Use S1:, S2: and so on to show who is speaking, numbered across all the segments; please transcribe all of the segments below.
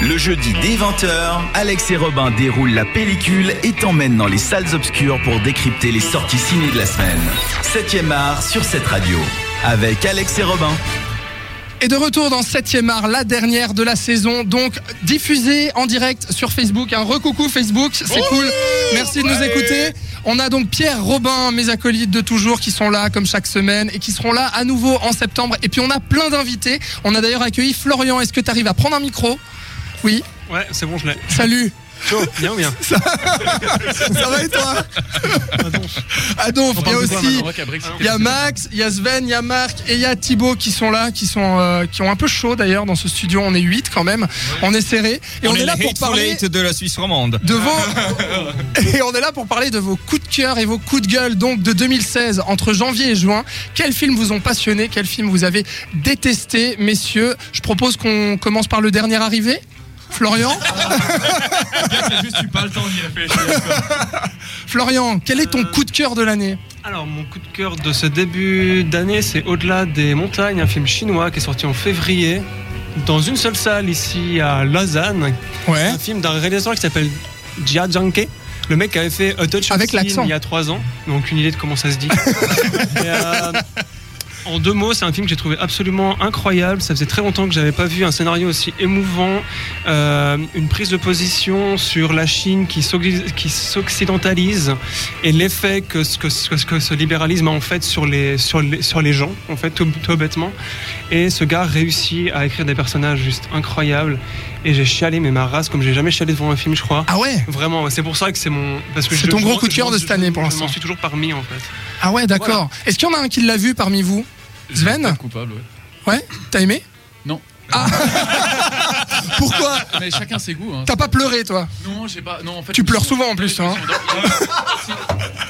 S1: Le jeudi dès 20h, Alex et Robin déroulent la pellicule et t'emmènent dans les salles obscures pour décrypter les sorties ciné de la semaine. 7e art sur cette radio. Avec Alex et Robin.
S2: Et de retour dans 7e art, la dernière de la saison, donc diffusée en direct sur Facebook. Un recoucou Facebook, c'est cool. Merci de nous écouter. On a donc Pierre, Robin, mes acolytes de toujours qui sont là comme chaque semaine et qui seront là à nouveau en septembre. Et puis on a plein d'invités. On a d'ailleurs accueilli Florian. Est-ce que tu arrives à prendre un micro Oui.
S3: Ouais, c'est bon, je l'ai.
S2: Salut.
S3: Chaud, bien ou bien
S2: Ça va et toi Adonf.
S3: On
S2: Et
S3: parle de quoi,
S2: aussi,
S3: maintenant Rock à Brix,
S2: Il y a Max, il y a Sven, il y a Marc et il y a Thibaut qui sont là, qui sont euh, qui ont un peu chaud d'ailleurs dans ce studio. On est 8 quand même, on est serré et on, est, là pour parler
S4: de la Suisse romande.
S2: de vos et on est là pour parler de vos coups de cœur et vos coups de gueule donc de 2016 entre janvier et juin. Quels films vous ont passionné Quels films vous avez détesté, messieurs Je propose qu'on commence par le dernier arrivé. Florian,
S3: Juste, tu pas le temps d'y réfléchir.
S2: Florian, quel est ton coup de cœur de l'année
S3: Alors, mon coup de cœur de ce début d'année, c'est Au-delà des montagnes, un film chinois qui est sorti en février dans une seule salle ici à Lausanne.
S2: Ouais.
S3: Un film d'un réalisateur qui s'appelle Jia Zhangke. Le mec qui avait fait A Touch of
S2: Avec
S3: Sin
S2: l'accent.
S3: il y a trois ans. Donc, une idée de comment ça se dit. Et, euh, en deux mots, c'est un film que j'ai trouvé absolument incroyable. Ça faisait très longtemps que j'avais pas vu un scénario aussi émouvant, euh, une prise de position sur la Chine qui s'oc- qui s'occidentalise et l'effet que ce, que, ce, que ce libéralisme a en fait sur les, sur les, sur les gens, en fait, tout, tout bêtement. Et ce gars réussit à écrire des personnages juste incroyables. Et j'ai chialé, mais ma race, comme j'ai jamais chialé devant un film, je crois.
S2: Ah ouais,
S3: Vraiment, ouais, c'est pour ça que c'est mon. parce que
S2: C'est
S3: je-
S2: ton
S3: je
S2: gros
S3: m'en-
S2: coup de cœur
S3: je
S2: de
S3: m'en-
S2: cette année pour
S3: je
S2: l'instant.
S3: m'en suis toujours parmi, en fait.
S2: ah ouais, d'accord. Est-ce qu'il y en a un qui l'a vu parmi vous Sven
S5: coupable, ouais.
S2: Ouais, t'as aimé
S5: Non.
S2: Ah. Pourquoi
S5: Mais chacun ses goûts. Hein.
S2: T'as pas pleuré toi
S5: Non, j'ai pas. Non, en fait,
S2: Tu
S5: je me
S2: pleures
S5: suis-
S2: souvent en plus, hein.
S5: Si.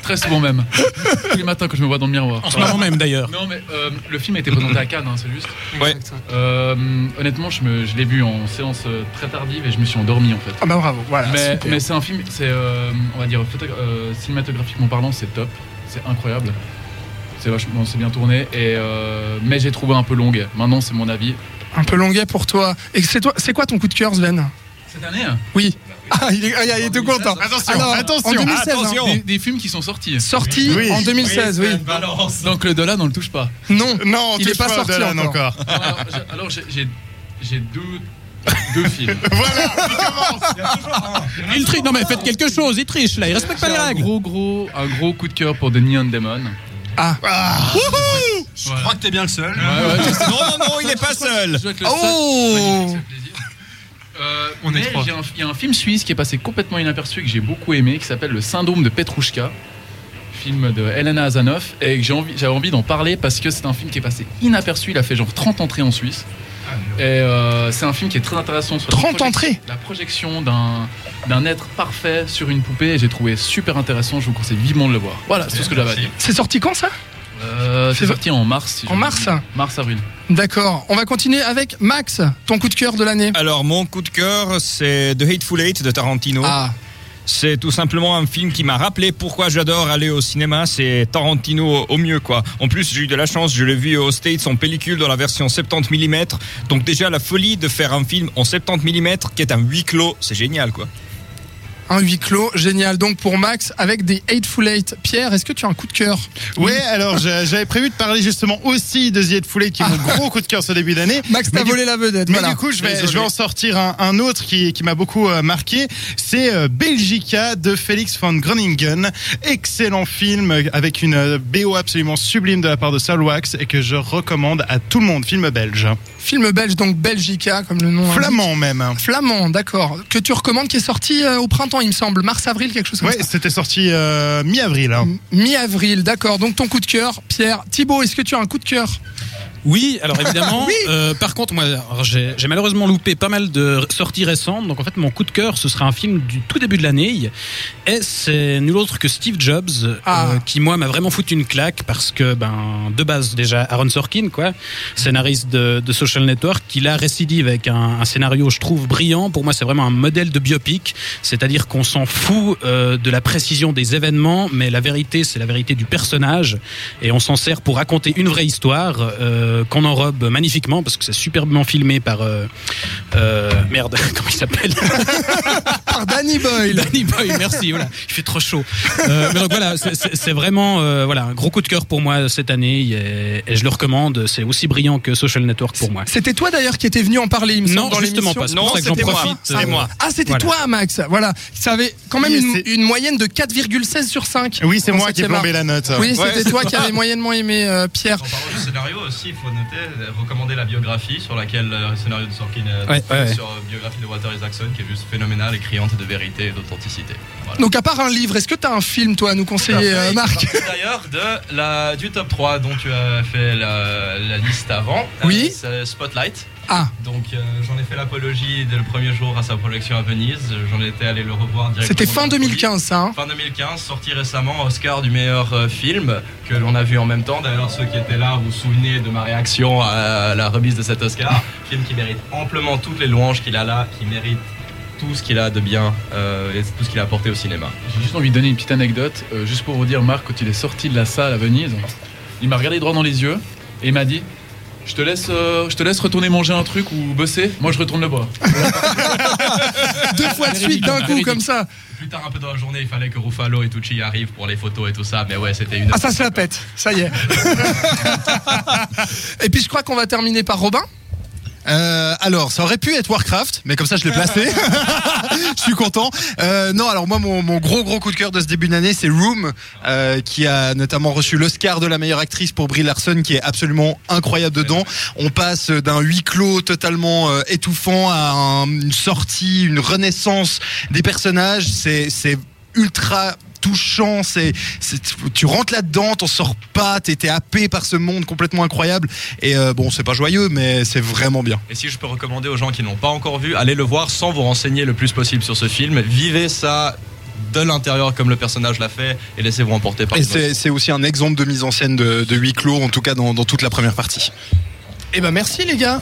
S5: Très souvent même. Tous les matins quand je me vois dans le miroir.
S6: En ce moment même d'ailleurs.
S5: Non, mais euh, le film a été présenté à Cannes, hein, c'est juste.
S4: Ouais.
S3: Exact.
S5: Euh, honnêtement, je, me- je l'ai vu en séance euh, très tardive et je me suis endormi en fait.
S2: Ah bah bravo, voilà.
S5: Mais,
S2: super.
S5: mais c'est un film, c'est, euh, on va dire, photo- euh, cinématographiquement parlant, c'est top, c'est incroyable, c'est vachement, c'est bien tourné, et, euh, mais j'ai trouvé un peu longue. Maintenant, c'est mon avis.
S2: Un peu longuet pour toi. Et c'est toi, c'est quoi ton coup de cœur, Sven
S5: Cette année,
S2: Oui. Ah, il est, ah, il est tout content.
S5: Attention,
S2: Alors, en 2016, hein.
S4: attention.
S5: des, des films qui sont sortis.
S2: sorti en 2016, oui.
S5: Donc le dollar, on le touche pas.
S2: Non.
S6: Non,
S2: Il est pas sorti encore.
S5: Alors, j'ai- alors, j'ai- j'ai, j'ai deux, deux films.
S6: Il triche. Non mais faites quelque chose, il triche là, il respecte pas
S5: J'ai
S6: les
S5: un
S6: règles.
S5: gros, gros, un gros coup de cœur pour The Neon Demon.
S2: Ah.
S4: Je crois que t'es bien le
S5: Ouais,
S4: seul.
S5: ouais, je-
S4: Non, non, il est pas seul.
S5: je dois être le seul
S2: Oh
S5: Euh,
S3: On est
S5: mais
S3: trois.
S5: j'ai un- Il y a un film suisse qui est passé complètement inaperçu que j'ai beaucoup aimé, qui s'appelle Le syndrome de Petrouchka, film de Elena Azanoff, et que j'ai envie- j'avais envie d'en parler parce que c'est un film qui est passé inaperçu. Il a fait genre 30 entrées en Suisse. Et euh, c'est un film qui est très intéressant sur la
S2: 30
S5: projection-
S2: entrées
S5: la projection d'un d'un être parfait sur une poupée. Et j'ai trouvé super intéressant. Je vous conseille vivement de le voir. Voilà, c'est tout ce que j'avais à dire.
S2: C'est sorti quand ça
S5: Euh,
S2: C'est
S5: c'est sorti en mars. si
S2: En
S5: je me
S2: mars
S5: souviens. Mars avril.
S2: D'accord. On va continuer avec Max, ton coup de cœur de l'année.
S6: Ah,
S4: Alors, mon coup de cœur, c'est The Hateful Eight de Tarantino.
S2: Ah.
S4: C'est tout simplement un film qui m'a rappelé pourquoi j'adore aller au cinéma. C'est Tarantino au mieux, quoi. En plus, j'ai eu de la chance, je l'ai vu aux States en pellicule dans la version 70 mm. Donc, déjà, la folie de faire un film en 70 mm qui est un huis clos, c'est génial, quoi.
S2: Un huis clos, génial. Donc pour Max, avec des Hateful Eight. Pierre, est-ce que tu as un coup de cœur
S7: Ouais, alors j'a- j'avais prévu de parler justement aussi de The Ed Foulé, qui est mon gros coup de cœur ce début d'année.
S2: Ah. Max,
S7: Mais
S2: t'as
S7: du-
S2: volé la vedette.
S7: Mais
S2: voilà.
S7: du coup, je vais, je vais en sortir un, un autre qui, qui m'a beaucoup euh, marqué. C'est euh, Belgica de Félix van Groningen. Excellent film euh, avec une euh, BO absolument sublime de la part de Saul Wax et que je recommande à tout le monde. Film belge.
S2: Film belge, donc Belgica, comme le nom. l'indique.
S7: Flamand même.
S2: Flamand, d'accord. Que tu recommandes, qui est sorti euh, au printemps, il me semble. Mars-avril, quelque chose comme
S7: Ouais,
S2: ça.
S7: c'était sorti euh, mi-avril.
S2: Mm.
S7: hein.
S2: Mi-avril, d'accord. Donc ton coup de cœur, Pierre. Thibaut, est-ce que tu as un coup de cœur
S6: Oui, alors évidemment. euh, par contre, moi, alors, j'ai j'ai malheureusement loupé pas mal de sorties récentes. Donc en fait, mon coup de cœur, ce sera un film du tout début de l'année. Et c'est nul autre que Steve Jobs, euh,
S2: Ah.
S6: qui moi m'a vraiment foutu une claque parce que, ben, de base déjà, Aaron Sorkin, quoi, scénariste de, de Social Network, qui là récidive avec un, un scénario, je trouve, brillant. Pour moi, c'est vraiment un modèle de biopic. C'est-à-dire qu'on s'en fout euh, de la précision des événements, mais la vérité, c'est la vérité du personnage. Et on s'en sert pour raconter une vraie histoire. euh, euh, qu'on enrobe magnifiquement parce que c'est superbement filmé par euh, euh, merde comment il s'appelle
S7: Ah,
S2: Par Danny Boyle.
S6: Danny Boy, merci. Voilà, il fait trop chaud. Euh, mais donc voilà, c'est- c'est c'est vraiment euh, voilà un gros coup de cœur pour moi cette année et, et je le recommande. C'est aussi brillant que Social Network pour moi.
S2: C'était toi d'ailleurs qui étais venu en parler, il me
S6: Non,
S2: semble, dans
S6: justement
S2: l'émission.
S6: pas. C'est pour ça que j'en
S4: c'était moi.
S6: profite.
S4: C'était
S6: euh,
S4: moi.
S2: Ah, c'était
S6: Voilà.
S2: toi, Max. Voilà. Ça avait quand même
S7: Oui,
S2: une,
S7: c'est-
S2: une moyenne de 4,16 sur 5.
S7: Oui, c'est
S2: en
S7: moi qui ai
S2: septième art.
S7: plombé la note.
S2: Oui,
S4: Hein. Ouais,
S2: c'était
S4: c'est
S2: toi qui avais moyennement aimé euh, Pierre.
S8: En parlant du scénario aussi, il faut noter, euh, recommander la biographie sur laquelle euh, le scénario de Sorkin est
S6: Ouais, ouais, ouais.
S8: sur euh, biographie de Walter Isaacson qui est juste phénoménale et criante de vérité et d'authenticité. Voilà.
S2: Donc à part un livre, est-ce que t'as un film toi à nous conseiller, euh, Marc
S8: Parti D'ailleurs, de la, du top 3 dont tu as fait la, la liste avant,
S2: Oui.
S8: Euh, c'est Spotlight.
S2: Ah,
S8: Donc euh, j'en ai fait l'apologie dès le premier jour à sa projection à Venise. J'en étais allé le revoir directement.
S2: c'était fin
S8: dans le
S2: 2015 ça. hein
S8: Fin 2015, sorti récemment Oscar du meilleur euh, film que l'on a vu en même temps. D'ailleurs, ceux qui étaient là, vous vous souvenez de ma réaction à la remise de cet Oscar. film qui mérite amplement toutes les louanges qu'il a là, qui mérite tout ce qu'il a de bien euh, et tout ce qu'il a apporté au cinéma.
S5: J'ai juste envie de donner une petite anecdote, euh, juste pour vous dire, Marc, quand il est sorti de la salle à Venise, il m'a regardé droit dans les yeux et il m'a dit Je te laisse, euh, je te laisse retourner manger un truc ou bosser, moi je retourne le boire.
S2: Deux fois de suite d'un coup comme ça.
S8: Plus tard, un peu dans la journée, il fallait que Ruffalo et Tucci arrivent pour les photos et tout ça. Mais ouais, c'était une.
S2: Ah ça se la pète, ça y est. Et puis je crois qu'on va terminer par Robin.
S9: Euh, alors, ça aurait pu être Warcraft, mais comme ça, je l'ai placé. je suis content. Euh, non, alors moi, mon, mon gros gros coup de cœur de ce début d'année, c'est Room, euh, qui a notamment reçu l'Oscar de la meilleure actrice pour Brie Larson, qui est absolument incroyable dedans. On passe d'un huis clos totalement euh, étouffant à un- une sortie, une renaissance des personnages. C'est c'est ultra touchant, c'est, c'est- tu rentres là-dedans, t'en sors pas, t'es, t'es happé par ce monde complètement incroyable. Et euh, bon, c'est pas joyeux, mais c'est vraiment bien.
S8: Et si je peux recommander aux gens qui n'ont pas encore vu, allez le voir sans vous renseigner le plus possible sur ce film. Vivez ça de l'intérieur comme le personnage l'a fait et laissez-vous emporter par
S9: Et
S8: l'émotion.
S9: c'est c'est aussi un exemple de mise en scène de, de huis clos, en tout cas dans, dans toute la première partie.
S2: Eh ben merci les gars.